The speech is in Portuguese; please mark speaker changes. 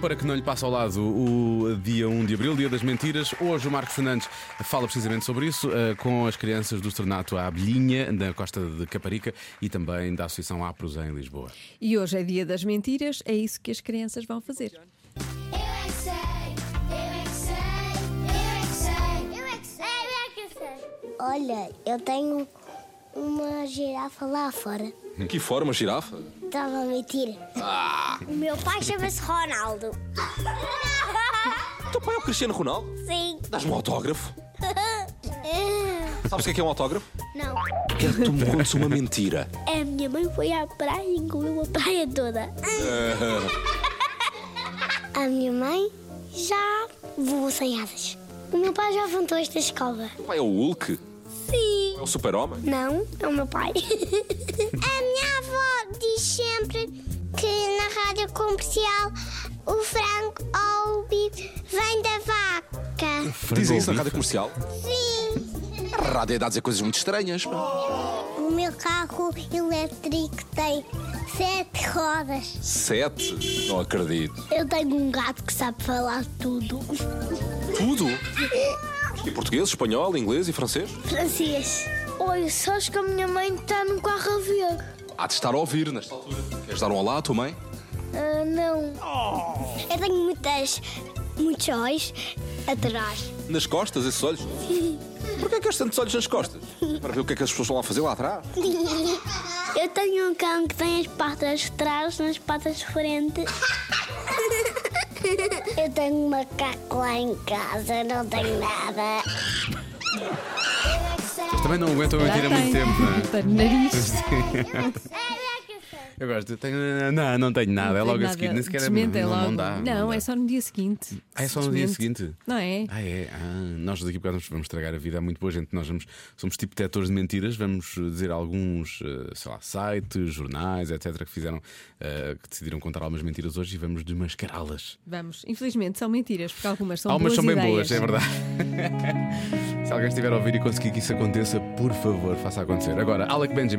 Speaker 1: Para que não lhe passe ao lado o dia 1 de abril, dia das mentiras, hoje o Marco Fernandes fala precisamente sobre isso eh, com as crianças do Externato à Abelhinha, na costa de Caparica e também da Associação Apros em Lisboa.
Speaker 2: E hoje é dia das mentiras, é isso que as crianças vão fazer.
Speaker 3: Eu é que sei, eu é que sei, eu é que sei, eu é que sei, eu é que sei, eu é que sei.
Speaker 4: Olha, eu tenho uma girafa lá fora.
Speaker 5: Que forma girafa? Ah!
Speaker 4: Estava a mentir.
Speaker 3: O meu pai chama-se Ronaldo.
Speaker 5: O teu pai é o Cristiano Ronaldo?
Speaker 3: Sim.
Speaker 5: Dás-me um autógrafo? Sabes o que é que é um autógrafo?
Speaker 3: Não.
Speaker 5: Quero que tu me contes um uma mentira.
Speaker 4: É,
Speaker 3: A minha mãe foi à praia e engoliu a praia toda.
Speaker 4: A minha mãe já voou sem asas. O meu pai já levantou esta escova.
Speaker 5: O pai é o Hulk?
Speaker 4: Sim.
Speaker 5: É o super-homem?
Speaker 4: Não, é o meu pai. a minha avó diz sempre que na rádio comercial o frango ou o bife vem da vaca.
Speaker 5: Dizem isso na rádio comercial?
Speaker 4: Sim.
Speaker 5: A rádio dá a dizer coisas muito estranhas. pá.
Speaker 4: O meu carro elétrico tem sete rodas.
Speaker 5: Sete? Não acredito.
Speaker 4: Eu tenho um gato que sabe falar tudo.
Speaker 5: Tudo? E português, espanhol, inglês e francês?
Speaker 4: Francês.
Speaker 3: Olha, sabes que a minha mãe está no carro a ver?
Speaker 5: Há de estar a ouvir nesta altura. Queres dar um olá à tua mãe?
Speaker 3: Ah, não.
Speaker 4: Eu tenho muitas, muitos olhos atrás.
Speaker 5: Nas costas, esses olhos? Porquê é que és tantos olhos nas costas? Para ver o que é que as pessoas estão lá a fazer lá atrás?
Speaker 4: Eu tenho um cão que tem as patas de trás nas patas de frente. Eu tenho um macaco lá em casa, não tenho nada.
Speaker 1: Também não aguentam a mentira há muito tempo, não é?
Speaker 2: Tenho nariz.
Speaker 1: Eu gosto, tenho- Não, não tenho nada, é
Speaker 2: tenho
Speaker 1: logo a
Speaker 2: nada.
Speaker 1: seguir, nem sequer é
Speaker 2: Desmentem
Speaker 1: não,
Speaker 2: logo.
Speaker 1: não dá.
Speaker 2: Não,
Speaker 1: dá.
Speaker 2: é só no dia seguinte.
Speaker 1: Ah, é
Speaker 2: Se
Speaker 1: só no dia
Speaker 2: desmente.
Speaker 1: seguinte?
Speaker 2: Não é?
Speaker 1: Ah, é? Ah, nós daqui a bocado vamos- vamos estragar a vida a muito boa gente. Nós vamos, somos tipo detectores de mentiras, vamos eh, dizer alguns, eh, sei lá, sites, jornais, etc., que fizeram, eh, que decidiram contar algumas mentiras hoje e vamos desmascará-las.
Speaker 2: Vamos. Infelizmente são mentiras, porque algumas são
Speaker 1: algumas são
Speaker 2: boas
Speaker 1: bem
Speaker 2: ideias.
Speaker 1: boas, é verdade. Se alguém estiver a ouvir e conseguir que isso aconteça, por favor, faça acontecer. Agora, Alec Benjamin.